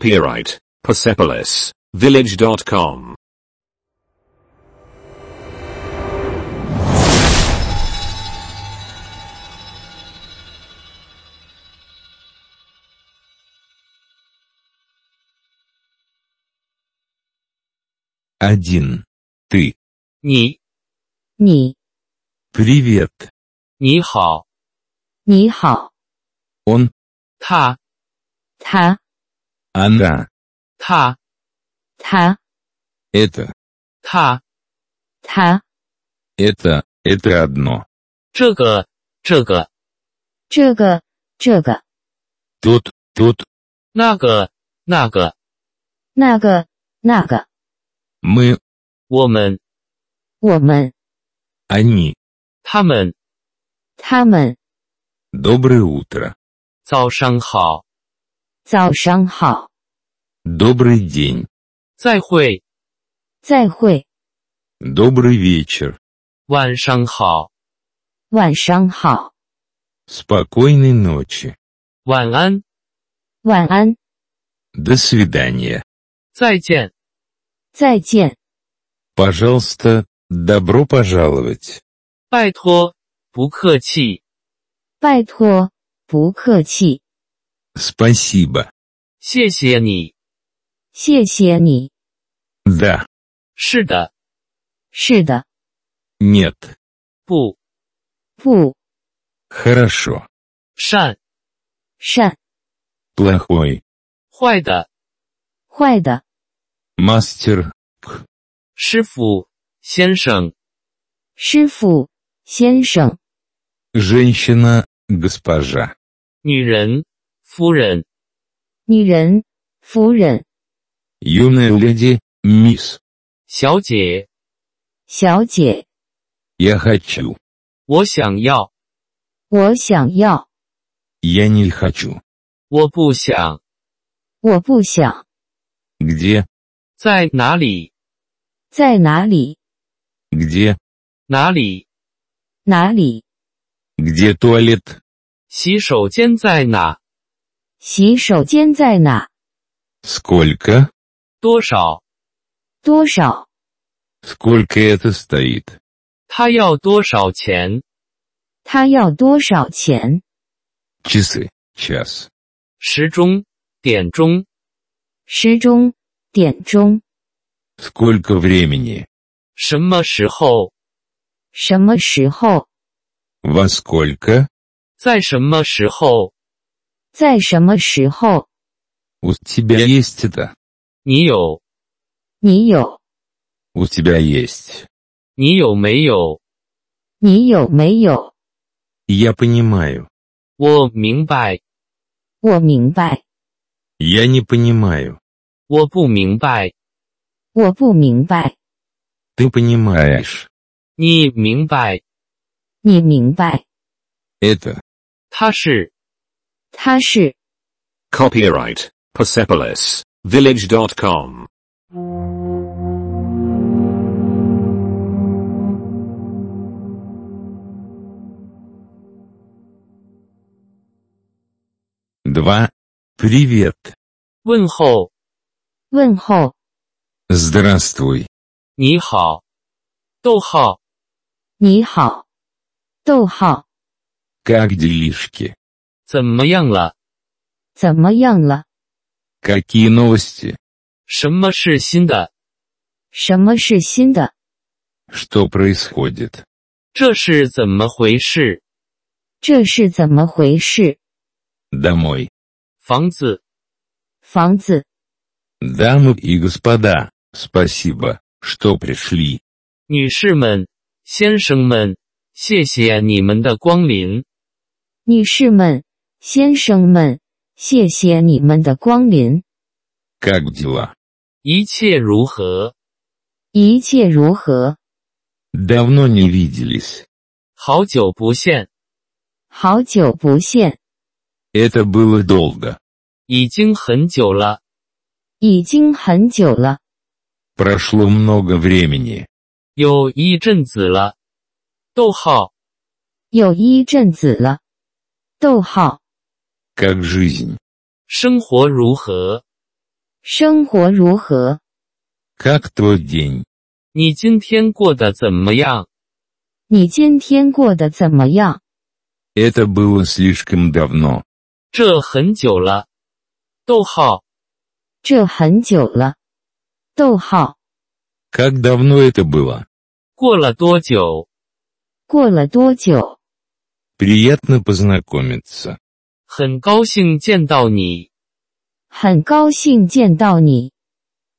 Copyright Persepolis Village.com. Один. Ты. 你、你 Привет. 你好、你好， Он. 他、他 Она. 他、他 Это. 他，他， Это. Это одно. 这个、这个、这个这个 Тот. Тот. 那个、那个，那个那个， Мы. 我们、我们 Они. 他们，他们， Доброе утро. 早上好，早上好， Добрый день. 再会，再会， Добрый вечер. 晚上好，晚上好， Спокойной ночи. 晚安，晚安， До свидания. 再见，再见， Пожалуйста, добро пожаловать. 拜托，不客气，拜托，不客气， Спасибо. 谢谢你。谢谢你。 Да. 是的，是的， Нет. 不不 Хорошо. 善，善， Плохой. 坏的，坏的， Мастер. 师傅，先生，师傅，先生， Женщина. Госпожа. 女人，夫人，女人，夫人， Юная леди. Мисс. 小姐，小姐， Я хочу. 我想要，我想要， Я не хочу. 我不想，我不想， Где? 在哪里？在哪里？ Где? 哪里？哪里？ Где туалет? 洗手间在哪？洗手间在哪？ Сколько? 多少？多少？ Сколько это стоит? 他要多少钱？他要多少钱？ Часы. Час. 时钟？点钟？时钟？点钟？ Сколько времени? 什么时候？什么时候？ Во сколько? 在什么时候？在什么时候？ У тебя есть это? 你有？你有？ У тебя есть. 你有没有？你有没有？ Я понимаю. 我明白，我明白， Я не понимаю. 我不明白，我不明白， Ты понимаешь. 你明白。你明白。 Это. 他是他是 Copyright Persepolis Village.com. Два. Привет. 问候，问候， Здравствуй. 你好，逗号，你好，逗号， Как делишки? 怎么样了？怎么样了？ Какие новости? 什么是新的？什么是新的？ Что происходит? 这是怎么回事？这是怎么回事？ Домой. 房子，房子， Дамы ну и господа, спасибо, что пришли. 女士们，先生们，谢谢你们的光临。女士们、先生们，谢谢你们的光临。 Как дела? 一切如何？一切如何？ Давно не виделись. 好久不见，好久不见， Это было долго. 已经很久了，已经很久了， Прошло много времени. 有一阵子了。逗号，有一阵子了。逗号， Как жизнь? 生活如何？生活如何？ Как твой день? 你今天过得怎么样？你今天过得怎么样？ Это было слишком давно. 这很久了。逗号，这很久了。逗号， Как давно это было? 过了多久？过了多久？ Приятно познакомиться. 很高兴见到你，很高兴见到你，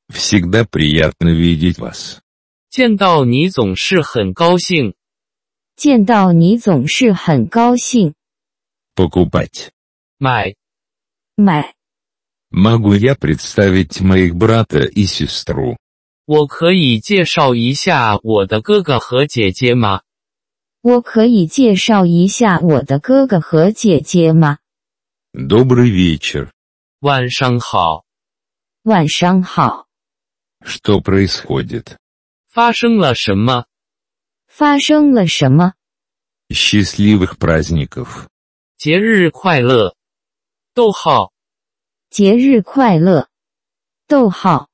Всегда приятно видеть вас. 见到你总是很高兴。见到你总是很高兴。 Покупать. 买，买， Могу я представить моих брата и сестру? 我可以介绍一下我的哥哥和姐姐吗？我可以介绍一下我的哥哥和姐姐吗？ Добрый вечер. 晚上好，晚上好， Что происходит? 发生了什么？发生了什么？ Счастливых праздников. 节日快乐。逗号，节日快乐。逗号，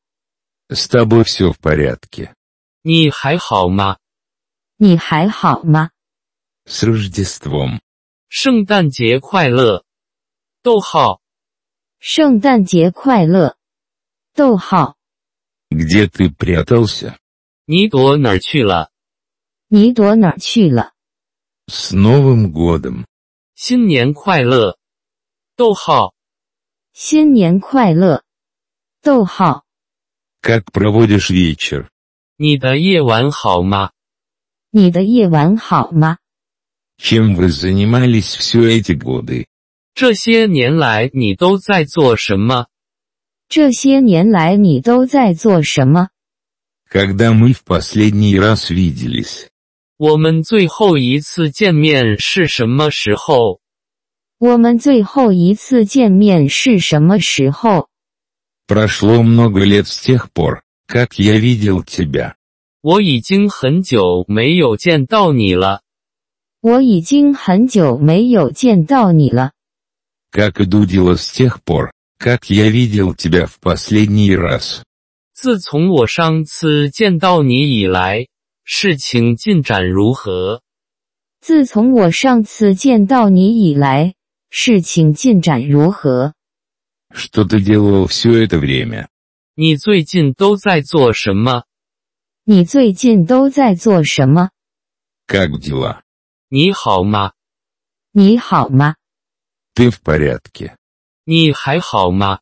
С тобой все в порядке. 你还好吗？你还好吗？ С Рождеством. 圣诞节快乐。逗号，圣诞节快乐。逗号， Где ты прятался? 你躲哪儿去了？你躲哪儿去了？ С Новым годом. 新年快乐。逗号，新年快乐。逗号， Как проводишь вечер? 你的夜晚好吗？你的夜晚好吗？ Чем вы занимались все эти годы? 这些年来你都在做什么？这些年来你都在做什么？ Когда мы в последний раз виделись? 我们最后一次见面是什么时候？我们最后一次见面是什么时候？ Прошло много лет с тех пор, как я видел тебя. 我已经很久没有见到你了。我已经很久没有见到你了。 Как иду дела с тех пор, как я видел тебя в последний раз? 自从我上次见到你以来，事情进展如何？自从我上次见到你以来，事情进展如何？ Что ты делал все это время? 你最近都在做什么？你最近都在做什么？ Как дела? 你好吗？你好吗？ Ты в порядке? 你还好吗？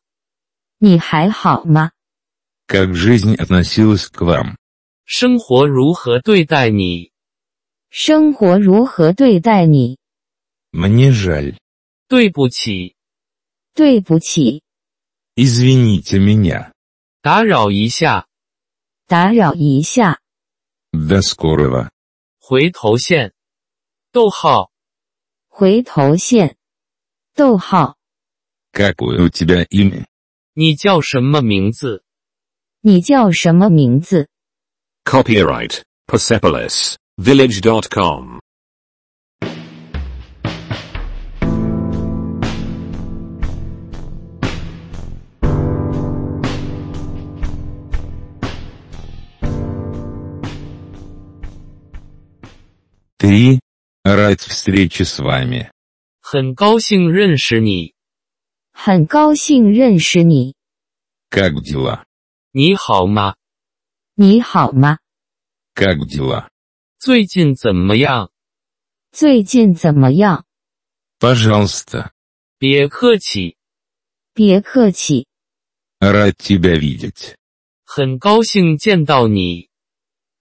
你还好吗？ Как жизнь относилась к вам? 生活如何对待你？生活如何对待你？ Мне жаль. 对不起，对不起， Извините меня. 打扰一下，打扰一下。 До скорого. 回头线。逗号，回头线。逗号， Какое у тебя имя? 你叫什么名字？你叫什么名字？ Copyright Persepolis Village.com. Три. Рад встрече с вами. 很高兴认识你，很高兴认识你， Как дела? 你好吗？你好吗？ Как дела? 最近怎么样？最近怎么样？ Пожалуйста. 别客气，别客气， Рад тебя видеть. 很高兴见到你。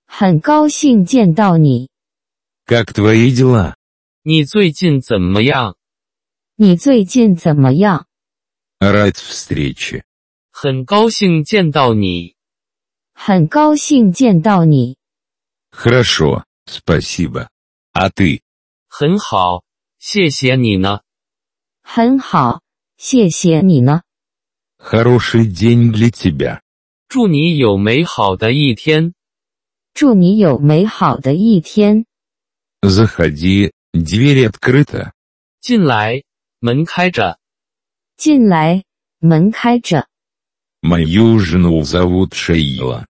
很高兴见到你。 Как твои дела? 你最近怎么样？你最近怎么样？ Рад встрече. 很高兴见到你。很高兴见到你， Хорошо, спасибо. А ты? 很好，谢谢你呢。很好，谢谢你呢。 Хороший день для тебя. 祝你有美好的一天。祝你有美好的一天。 Заходи, дверь открыта. 进来，门开着。进来，门开着。 Мою жену зовут Шейла.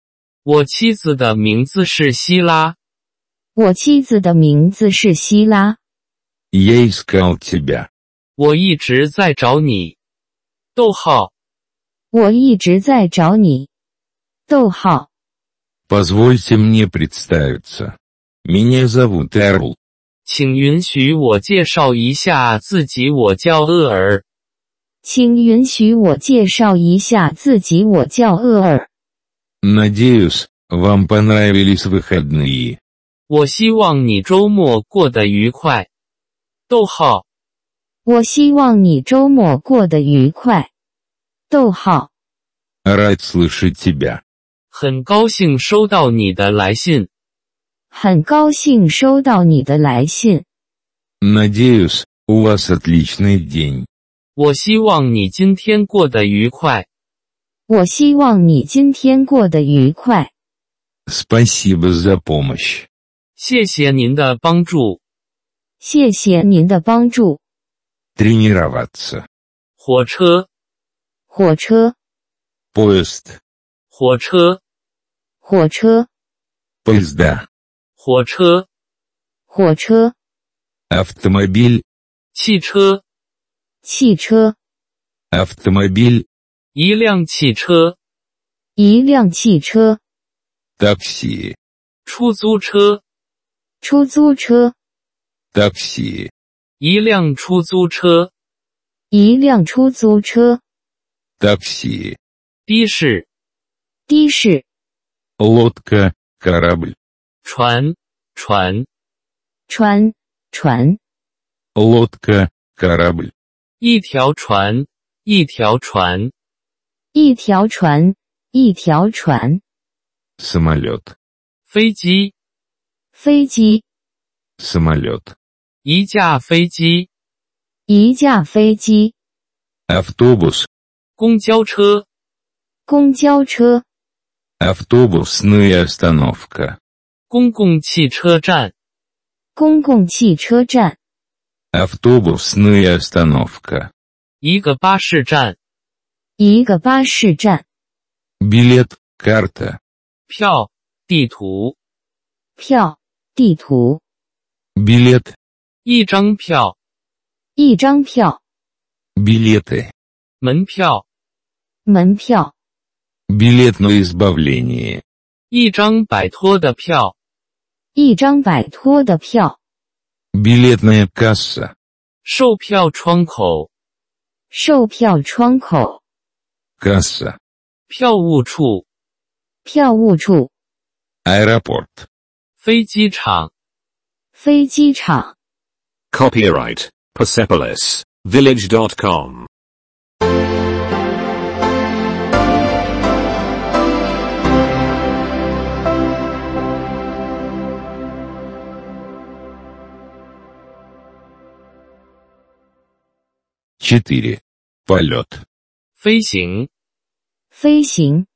我妻子的名字是希拉，我妻子的名字是希拉， Я искал тебя. 我一直在找你。逗号，我一直在找你。逗号， Позвольте мне представиться. Меня зовут Эрл. 请允许我介绍一下自己，我叫厄尔。请允许我介绍一下自己，我叫厄尔。 Надеюсь, вам понравились выходные. 我希望你周末过得愉快。逗号，我希望你周末过得愉快。逗号， Рад слышать тебя. 很高兴收到你的来信。很高兴收到你的来信。 Надеюсь, у вас отличный день. 我希望你今天过得愉快。我希望你今天过得愉快， Спасибо за помощь. 谢谢您的帮助。谢谢您的帮助。 Тренироваться. 火车，火车， Поезд. 火车，火车， Поезда. 火车，火车， Автомобиль. 汽车，汽车， Автомобиль. 一辆汽车，一辆汽车， Такси. 出租车，出租车， Такси. 一辆出租车，一辆出租车， Такси. 的士，的士， Лодка. Корабль. 船，船，船，船， Лодка. Корабль. 一条船，一条船，一条船，一条船， Самолет. 飞机，飞机， Самолет. 一架飞机，一架飞机， Автобус. 公交车，公交车， Автобусная остановка. 公共汽车站，公共汽车站， Автобусная остановка. 一个巴士站，一个巴士站， Билет. Карта. 票，地图，票，地图， Билет. 一张票，一张票， Билеты. 门票，门票。 Билет на избавление. 一张摆脱的票，一张摆脱的票， Билетная касса. 售票窗口，售票窗口， Касса. 票务处，票务处， Аэропорт. 飞机场。飞机场。 Copyright Persepolis Village.com. Четыре. Полет. 飞行、飞行，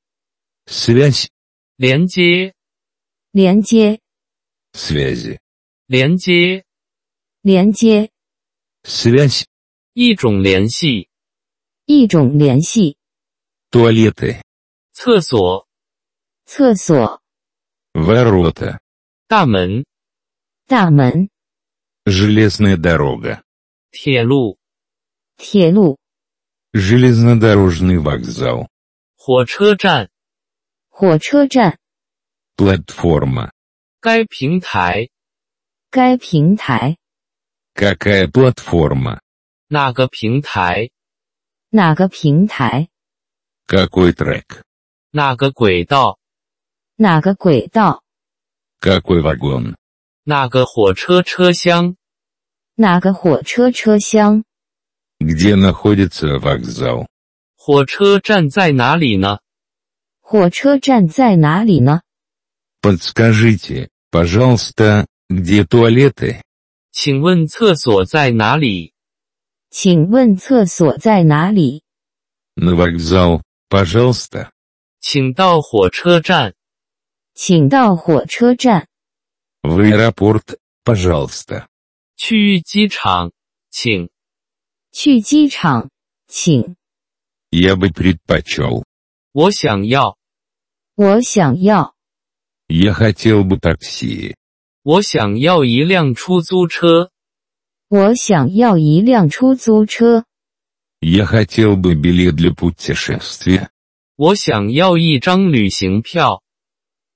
Связь. 连接、连接， Связи. 连接，连接， Связь. 一种联系、一种联系。 Туалеты. 厕所、厕所， Ворота. 大门、大门， Железная дорога. 铁路、铁路， Железнодорожный вокзал. 火车站。火车站。 Платформа. 该平台该平台， Какая платформа? 哪个平台？哪个平台？ Какой трек? 哪个轨道？哪个轨道？ Какой вагон? 哪个火车车厢？哪个火车车厢？ Где находится вокзал? 火车站在哪里呢？火车站在哪里呢？ Подскажите, пожалуйста, где туалеты? 请问厕所在哪里？请问厕所在哪里？ На вокзал, пожалуйста. 请到火车站。请到火车站， В аэропорт, пожалуйста. 去机场，请去机场，请。 Я бы предпочел. 我想要，我想要， Я хотел бы такси. 我想要一辆出租车，我想要一辆出租车， Я хотел бы билет для путешествия. 我想要一张旅行票，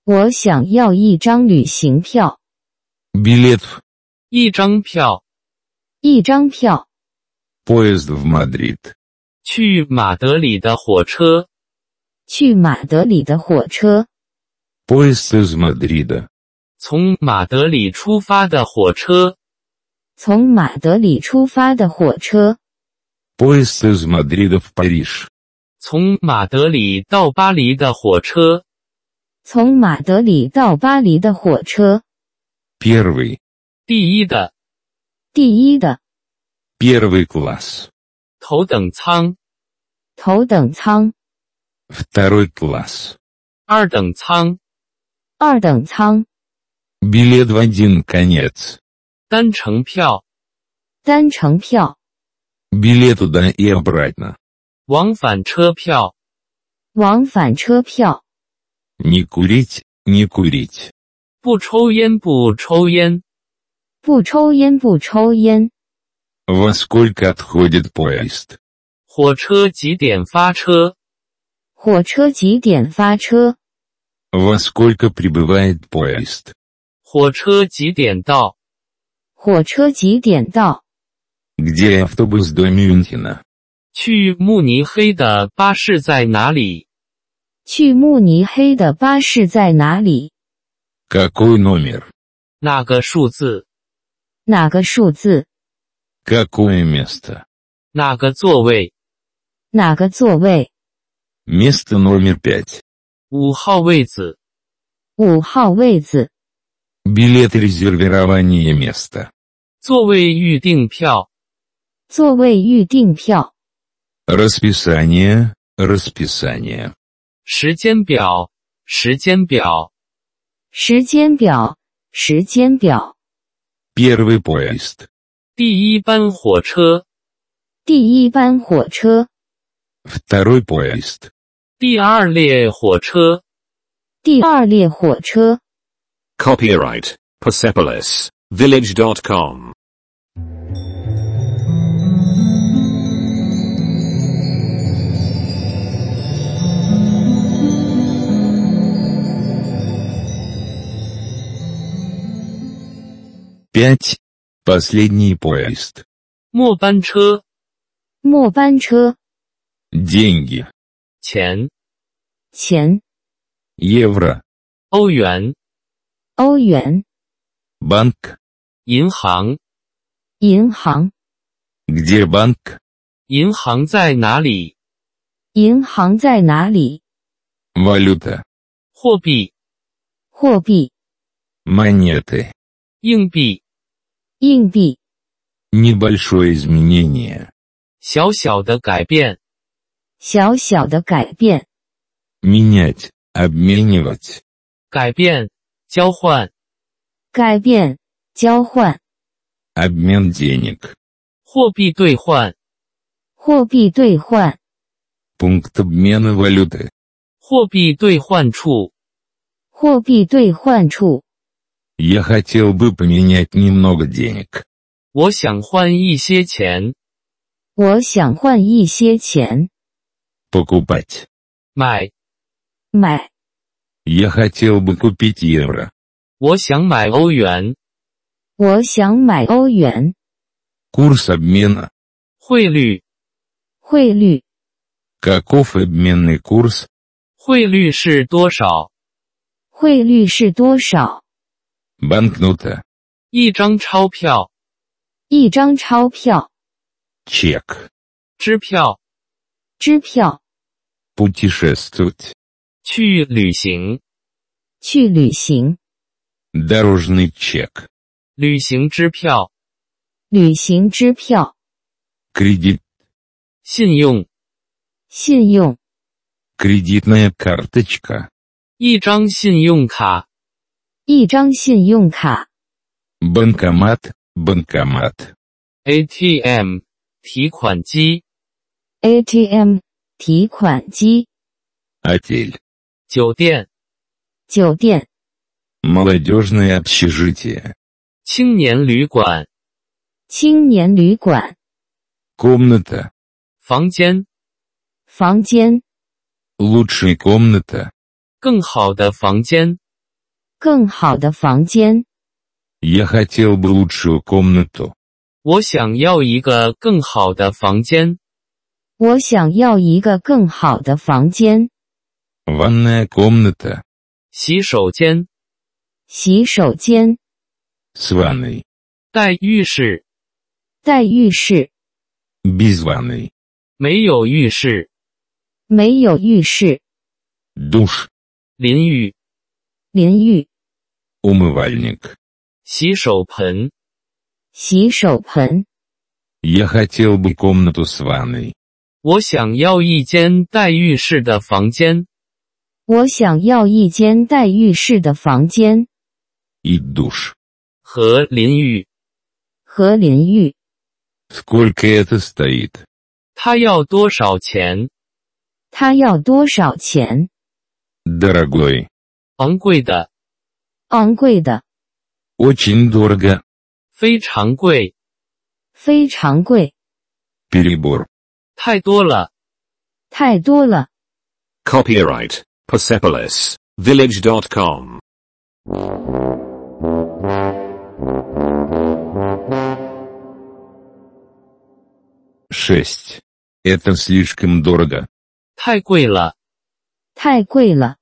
我想要一张旅行票， Билет в 一张票一张票， поезд в Мадрид. 去马德里的火车，去马德里的火车， Поезд из Мадрида. 从马德里出发的火车，从马德里出发的火车， Поезд из Мадрида в Париж. 从马德里到巴黎的火车，从马德里到巴黎的火车， Первый. 第一的第一的 Первый класс. 头等舱、头等舱、 Второй класс. 二等舱、二等舱、 Билет в один конец. 单程票、单程票、 Билет туда и обратно. 往返车票、往返车票， Не курить, не курить. 不抽烟不抽烟，不抽烟不抽烟， Во сколько отходит поезд? 火车几点发车，火车几点发车， Во сколько прибывает поезд? 火车几点到，火车几点到， Где автобус до Мюнхена? 去慕尼黑的巴士在哪里，去慕尼黑的巴士在哪里， Какой номер? 那个数字，哪个数字， Какое место? 那个座位，哪个座位， Место номер пять. 五号位子，五号位子， Билет резервирования места. 座位预订票，座位预订票， Расписание, расписание. 时间表，时间表，时间表，时间表， Первый поезд. 第一班火车，第一班火车， Второй поезд. 第二列火车，第二列火车。 Copyright Persepolis Village.com. Пять. Последний поезд. 末班车，末班车， Деньги. 钱，钱， Евро. 欧元，欧元， Банк. 银行，银行， Где банк? 银行在哪里，银行在哪里？ Валюта. 货币，货币， Монеты. 硬币，硬币， Небольшое изменение. 小小的改变，小小的改变， Менять. Обменивать. 改变，交换，改变，交换， Обмен денег. 货币兑换，货币兑换， Пункт обмена валюты. 货币兑换处，货币兑换处。 Я хотел бы поменять немного денег. 我想换一些钱，我想换一些钱， Покупать. 买，买。 Я хотел бы купить евро. 我想买欧元，我想买欧元， Курс обмена. 汇率，汇率， Каков обменный курс? 汇率是多少？汇率是多少？ Банкнота. 一张钞票、一张钞票， Чек. 支票，支票， Путешествовать. 去旅行，去旅行， Дорожный чек. 旅行支票，旅行支票， Кредит. 信用，信用， Кредитная карточка. 一张信用卡，一张信用卡。 Банкомат. Банкомат. ATM 提款机， ATM 提款机、 Отель. 酒店、酒店、 Молодежное общежитие. 青年旅馆、青年旅馆、 Комната. 房间、房间、 Лучшая комната. 更好的房间。更好的房间。 Я хотел бы лучшую комнату. 我想要一个更好的房间。我想要一个更好的房间。 Ванная комната. 洗手间洗手间、 С ванной. 带浴室，带浴室、 Без ванной. 没有浴室，没有浴室、 Душ. 淋浴、淋浴、 Умывальник. 洗手盆、洗手盆。 Я хотел бы комнату с ванной. 我想要一间带浴室的房间，我想要一间带浴室的房间 И душ. 和淋浴。和淋浴。 Сколько это стоит? 它要多少钱？它要多少钱？ Дорогой. 昂贵的，昂贵的， Очень дорого. 非常贵，非常贵， Перебор. 太多了。太多了。 Copyright Persepolis Village.com. Шесть. Это слишком дорого. 太贵了，太贵了，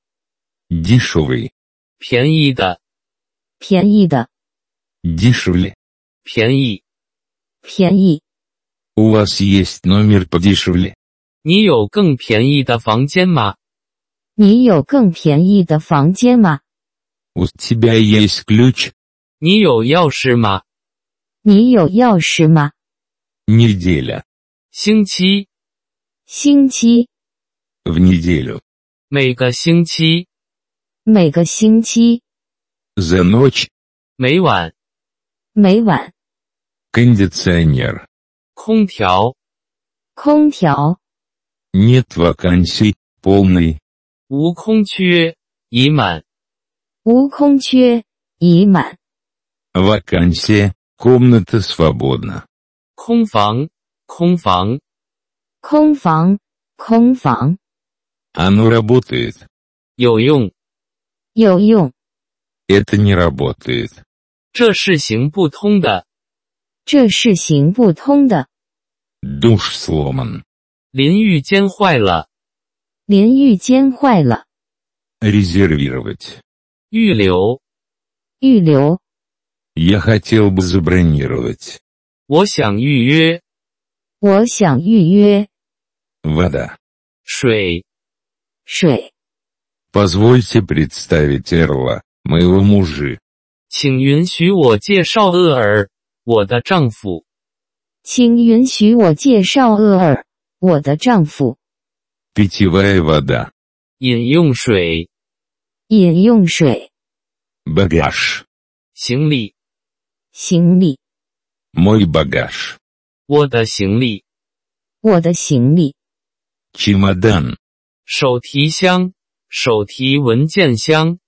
Дешевый. 便宜的，便宜的， Дешевле. 便宜。便宜。 У вас есть номер подешевле? 你有更便宜的房间吗？你有更便宜的房间吗？ У тебя есть ключ? 你有钥匙吗？你有钥匙吗？ Неделя. 星期，星期， В неделю. 每个星期，每个星期， За ночь. 每晚，每晚， Кондиционер. 空调，空调， Нет вакансий. Полный. 无空缺，已满。无空缺，已满。 Вакансия. Комната свободна. 空房，空房，空房，空房， Оно работает. 有用，有用， Это не работает. 这是行不通的。这是行不通的。 Душ сломан. 淋浴间坏了，淋浴间坏了， Резервировать. 预留。预留。 Я хотел бы забронировать. 我想预约我想预约 Вода. 水，水， Позвольте представить Эрла, моего мужа. 请允许我介绍厄尔，我的丈夫。请允许我介绍厄尔，我的丈夫。 Питьевая вода. 饮用水，饮用水、 Багаж. 行李，行李、 Мой багаж. 我的行李，我的行李、 Чемодан. 手提箱，手提文件箱，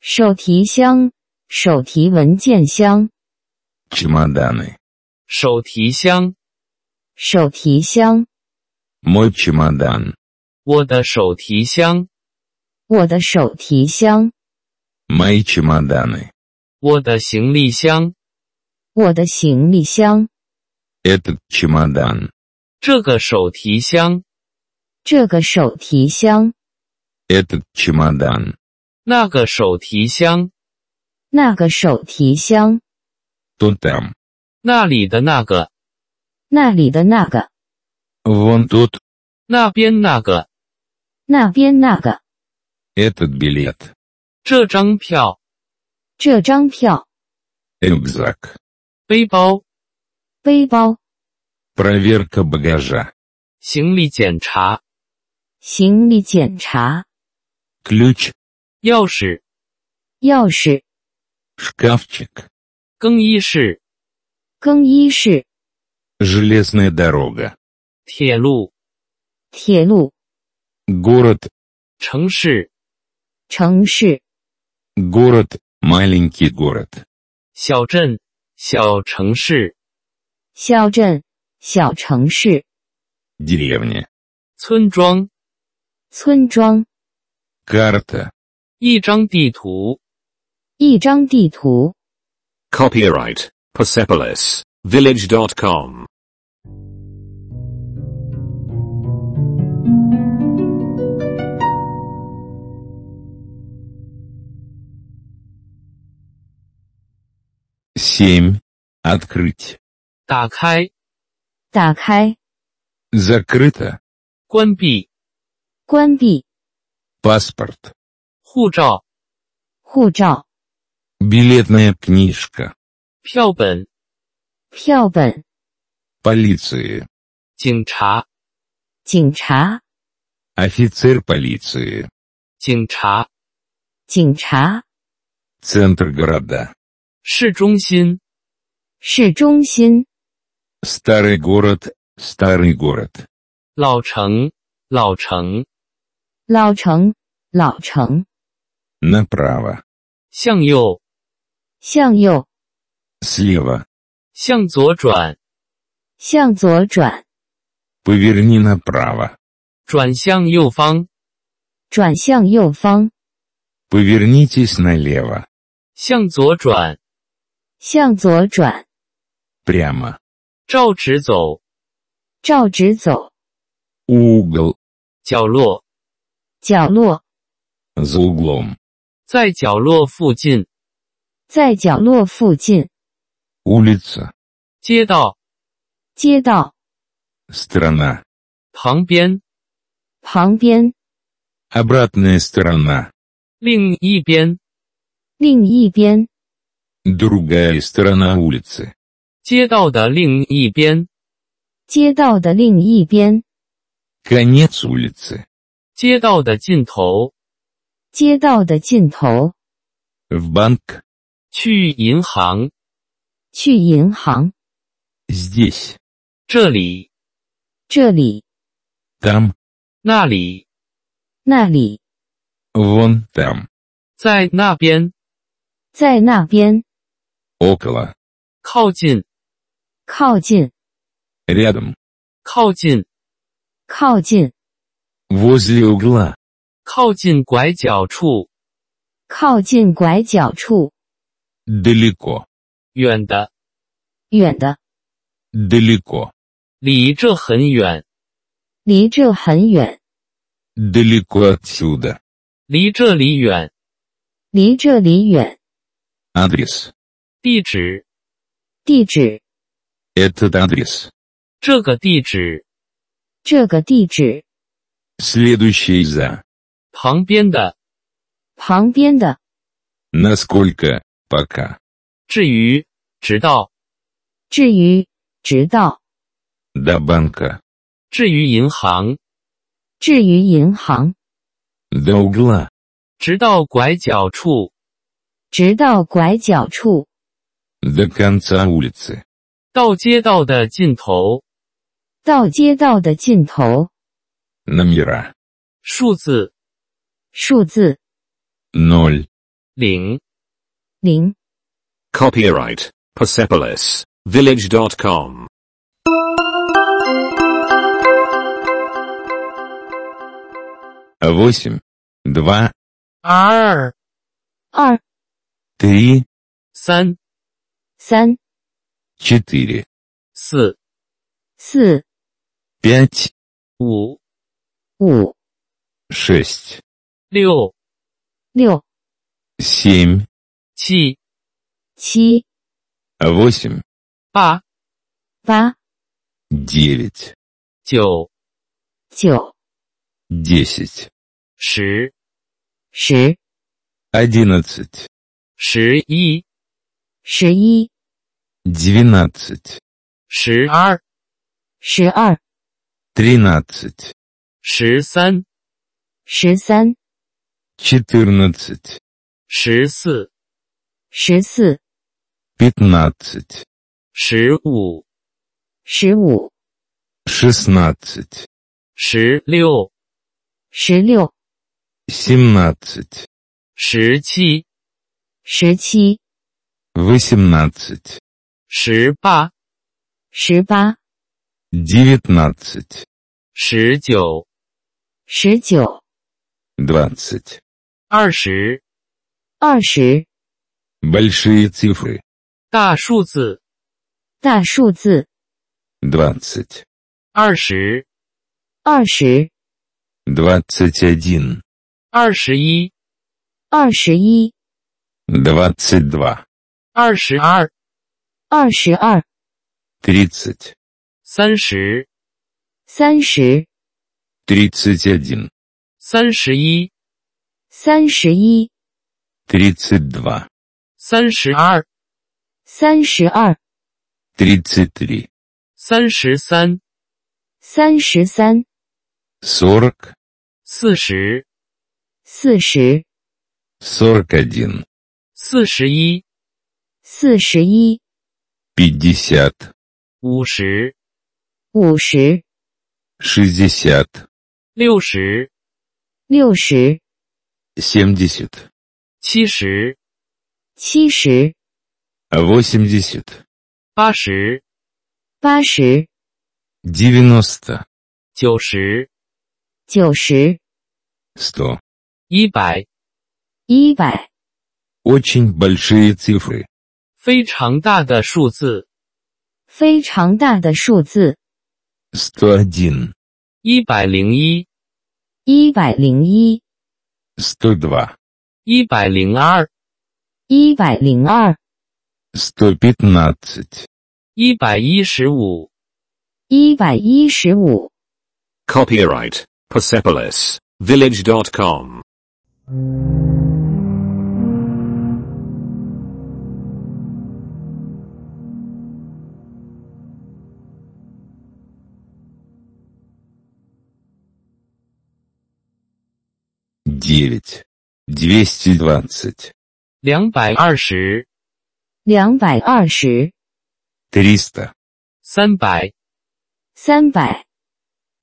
手提箱、手提文件箱、 Чемоданы. 手提箱，手提箱、 Мой чемодан. 我的手提箱，我的手提箱、 Мои чемоданы. 我的行李箱。我的行李箱、 Этот чемодан. 这个手提箱，这个手提箱、 Этот чемодан. 那个手提箱，那个手提箱、 То там. 那里的那个，那里的那个、 Вон тот. 那边那个，那边那个、 Этот билет. 这张票，这张票、 Рюкзак. 背包，背包、 Проверка багажа. 行李检查，行李检查、 Ключ. 钥匙，钥匙。 Шкафчик. 更衣室，更衣室、 Железная дорога. 铁路，铁路、 Город. 城市、城市、 Город, маленький город. 小镇、小城市、小镇、小城市、 Деревня. 村庄。村庄。 Карта. 一张地图，一张地图， Copyright Persepolis Village.com. Семь. Открыть. 打开、打开、 Закрыто. 关闭、关闭、 Паспорт. 护照、护照、 Билетная книжка. 票本、票本、 Полиции. 警察、警察、 Офицер полиции. 警察、警察、 Центр города. 市中心、市中心、 Старый город. Старый город. 老城、老城、老城、老城、 Направо. 向右、向右、 Слева. 向左转，向左转， Поверни направо. 转向右方，转向右方， Повернитесь налево. 向左转，向左转， Прямо. 照直走，照直走， Угол. 角落，角落， За углом. 在角落附近，在角落附近， Улица. 街道街道 Страна. 旁边，旁边， Обратная сторона. 另一边，另一边， Другая сторона улицы. 街道的另一边，街道的另一边， Конец улицы. 街道的尽头，街道的尽头， В банк. 去银行，去银行， Здесь. 这里、这里、 Там. 那里，那里， Вон там. 在那边，在那边， Около. 靠近，靠近， Рядом. 靠近，靠近， Возле угла. 靠近拐角处，靠近拐角处， Далеко. 远的，远的， Далеко. 离这很远，离这很远， Далеко отсюда. 离这里远，离这里远。 Адрес. 地址，地址， Этот адрес. 这个地址，这个地址， Следующий за. 旁边的，旁边的， Насколько. Пока. 至于，直到，至于，直到， До банка. 至于银行，至于银行， До угла. 直到拐角处，直到拐角处， До конца улицы. 到街道的尽头，到街道的尽头。 Номера. 数字数字 Ноль. 零。零。 Copyright Persepolis Village.com. Восемь. Два. 二二 Три. 三三 Четыре. 四四 Пять. 五五 Шесть. 六六 Семь. 七七 Восемь. 八八 Девять. 九九 Десять. 十十 Одиннадцать. 十一十一 Двенадцать. 十二十二 Тринадцать. 十三十三 Четырнадцать. 十四十四 Пятнадцать. 十五十五 Шестнадцать. 十六十六 семнадцать, 十七、十七、 восемнадцать, 十八、十八、 девятнадцать, 十九、十九、 двадцать. 二十，二十， Большие цифры. 大数字大数字， Двадцать. 二十、二十、 Двадцать один. 二十一、二十一、 Двадцать два. 二十二、二十二、 Тридцать. 三十、三十、 Тридцать один. 三十一、三十一、 Тридцать два. 三十二、三十二、 Тридцать три. 三十三、三十三、 Сорок. 四十、四十、 Сорок один. 四十一、四十一、 Пятьдесят. 五十、五十、 Шестьдесят. 六十、六十、 Семьдесят. 七十、七十、 Восемьдесят. 八十、八十、 Девяносто. 九十、九十、 Сто. 一百，一百， Очень большие цифры. 非常大的数字。非常大的数字， Сто один. 一百零一、一百零一、 Сто два. 一百零二、一百零二、 Сто пятнадцать. 一百一十五、一百一十五。 Copyright Persepolis Village.com. Девять. Двести двадцать. 两百二十、两百二十、 Триста. 三百、三百、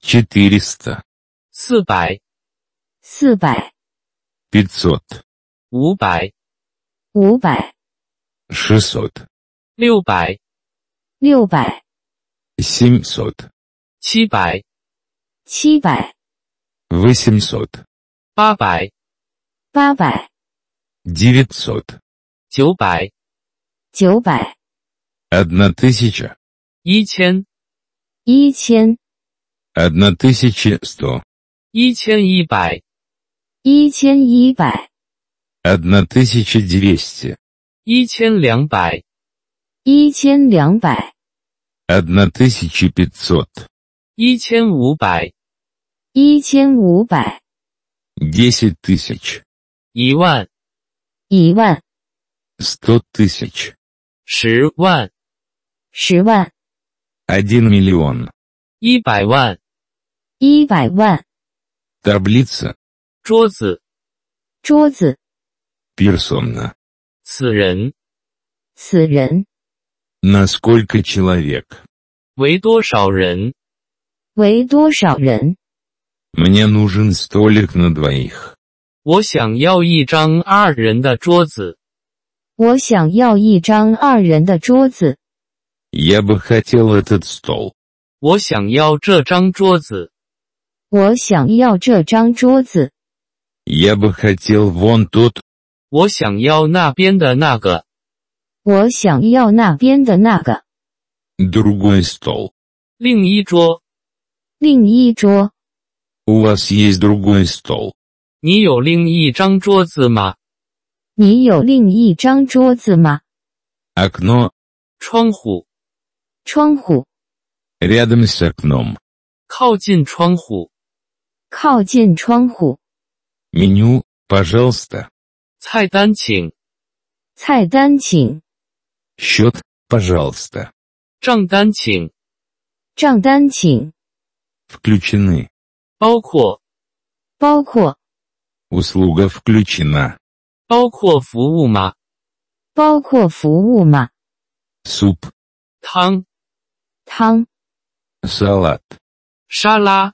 Четыреста. 四百、四百、 Пятьсот. 五百、五百、 Шестьсот. 六百、六百、 Семьсот. 七百、七百、 Восемьсот. 八百、八百、 Девятьсот. 九百、九百、 Одна тысяча. 一千、一千、 Одна тысяча сто. 一千一百、一千一百、 Одна тысяча двести. 一千两百、一千两百、 Одна тысяча пятьсот. 一千五百、一千五百、 Десять тысяч. 一万、一万、 Сто тысяч. 十万、十万、 Один миллион. 一百万。一百万。 Таблица. 桌子，桌子， Персона. 此人此人 На сколько человек? 为多少人？为多少人？ Мне нужен столик на двоих. 我想要一张二人的桌子。我想要一张二人的桌子， Я бы хотел этот стол. 我想要这张桌子，我想要这张桌子， Я бы хотел вон тот. 我想要那边的那个，我想要那边的那个， Другой стол. 另一桌。另一桌。 У вас есть другой стол. 你有另一张桌子吗？你有另一张桌子吗？ Окно. 窗户，窗户， Рядом с окном. 靠近窗户。靠近窗户。 Меню. Пожалуйста. 菜单请，菜单请， Счет. Пожалуйста. 账单请，账单请， Включены. 包括包括， Услуга включена. 包括服务吗？包括服务吗？ Суп. 汤、汤、 Салат. 沙拉、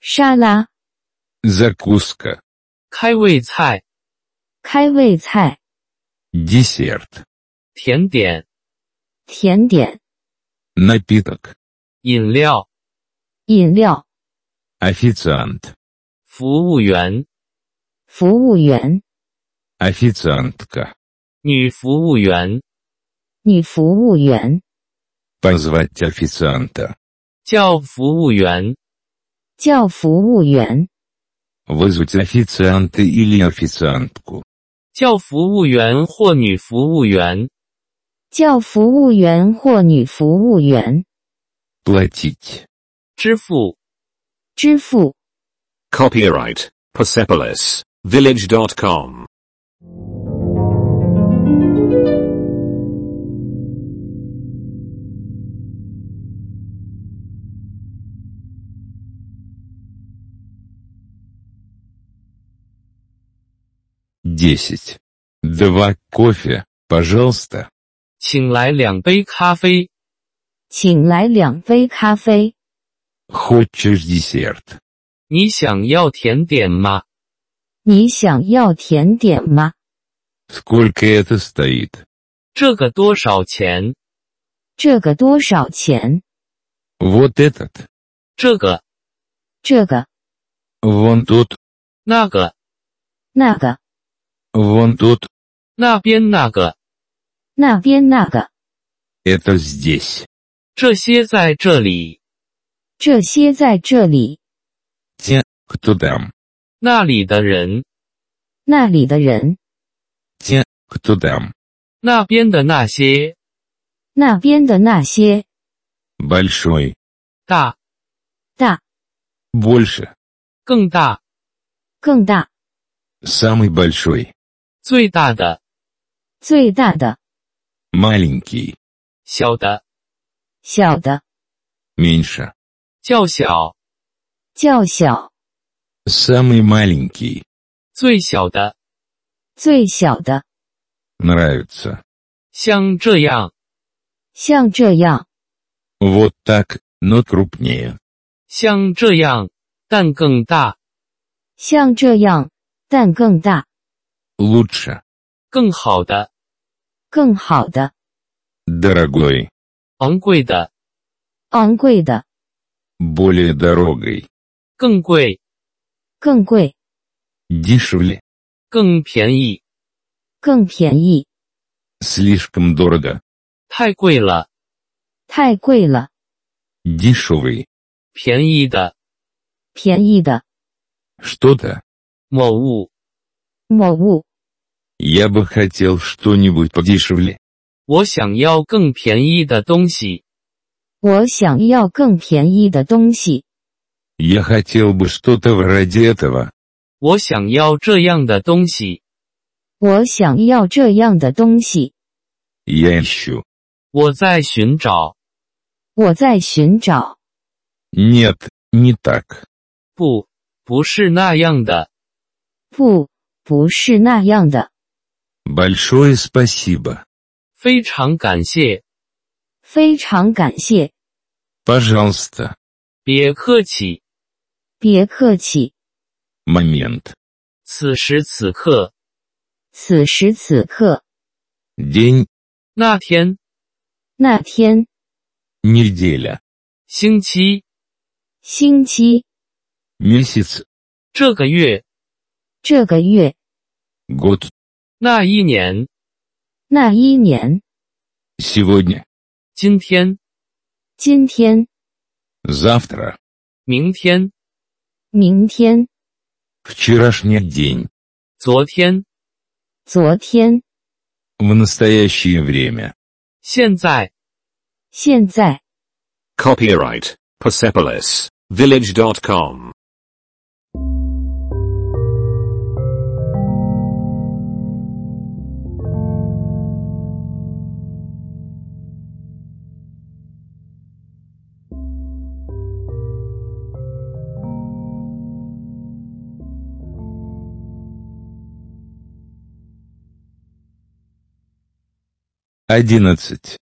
沙拉、 Закуска. 开胃菜、开胃菜、 десерт, 甜点、甜点、 напиток, 饮料、饮料、 официант, 服务员、服务员、 официантка, 女服务员、女服务员、 позвать официанта, 叫服务员、叫服务员、 вызвать официанта или официантку, 叫服务员或女服务员、叫服务员或女服务员、 платить, 支付、支付。 Copyright Persepolis Village.com. десять. Два кофе, пожалуйста, 请来两杯咖啡、请来两杯咖啡。 хочешь десерт, 你想要甜点吗？你想要甜点吗？ сколько это стоит, 这个多少钱？这个多少钱？ вот этот, 这个、这个、 вон тот, 那个、那个、 вон тот, 那边那个，那边那个， это здесь, 这些在这里，这些在这里， те, кто там, 那里的人，那里的人， те, кто там, 那边的那些，那边的那些， большой, 大、大、 больше, 更大、更大、 самый большой, 最大的、最大的、 маленький, 小的、小的、 меньше, 较小、较小、 самый маленький, 最小的，最小的， нравится, 像这样，像这样， вот так, но крупнее, 像这样，但更大、像这样，但更大、 лучше, 更好的、更好的、 дорогой, 昂贵的、昂贵的、 более дорогой, 更贵、更贵、 дешевле, 更便宜、更便宜， слишком дорого, 太贵了、太贵了， дешевый, 便宜的便宜的 что-то, 某物，某物， я бы хотел что-нибудь подешевле, 我想要更便宜的东西，我想要更便宜的东西。 я хотел бы что-то вроде этого, 我想要这样的东西，我想要这样的东西， я ищу, 我在寻找。我在寻找。 нет, не так. 不，不是那样的。不，不是那样的。 Большое спасибо. 非常感谢，非常感谢， Пожалуйста. 别客气。别客气。 Момент. 此时此刻，此时此刻， День, 那天、那天， неделя, 星期、星期， месяц, 这个月、这个月， год, 那一年、那一年， сегодня, 今天、今天， завтра, 明天、明天， вчерашний день, 昨天、昨天， в настоящее время, 现在、现在， Copyright Persepolis Village.com. одиннадцать.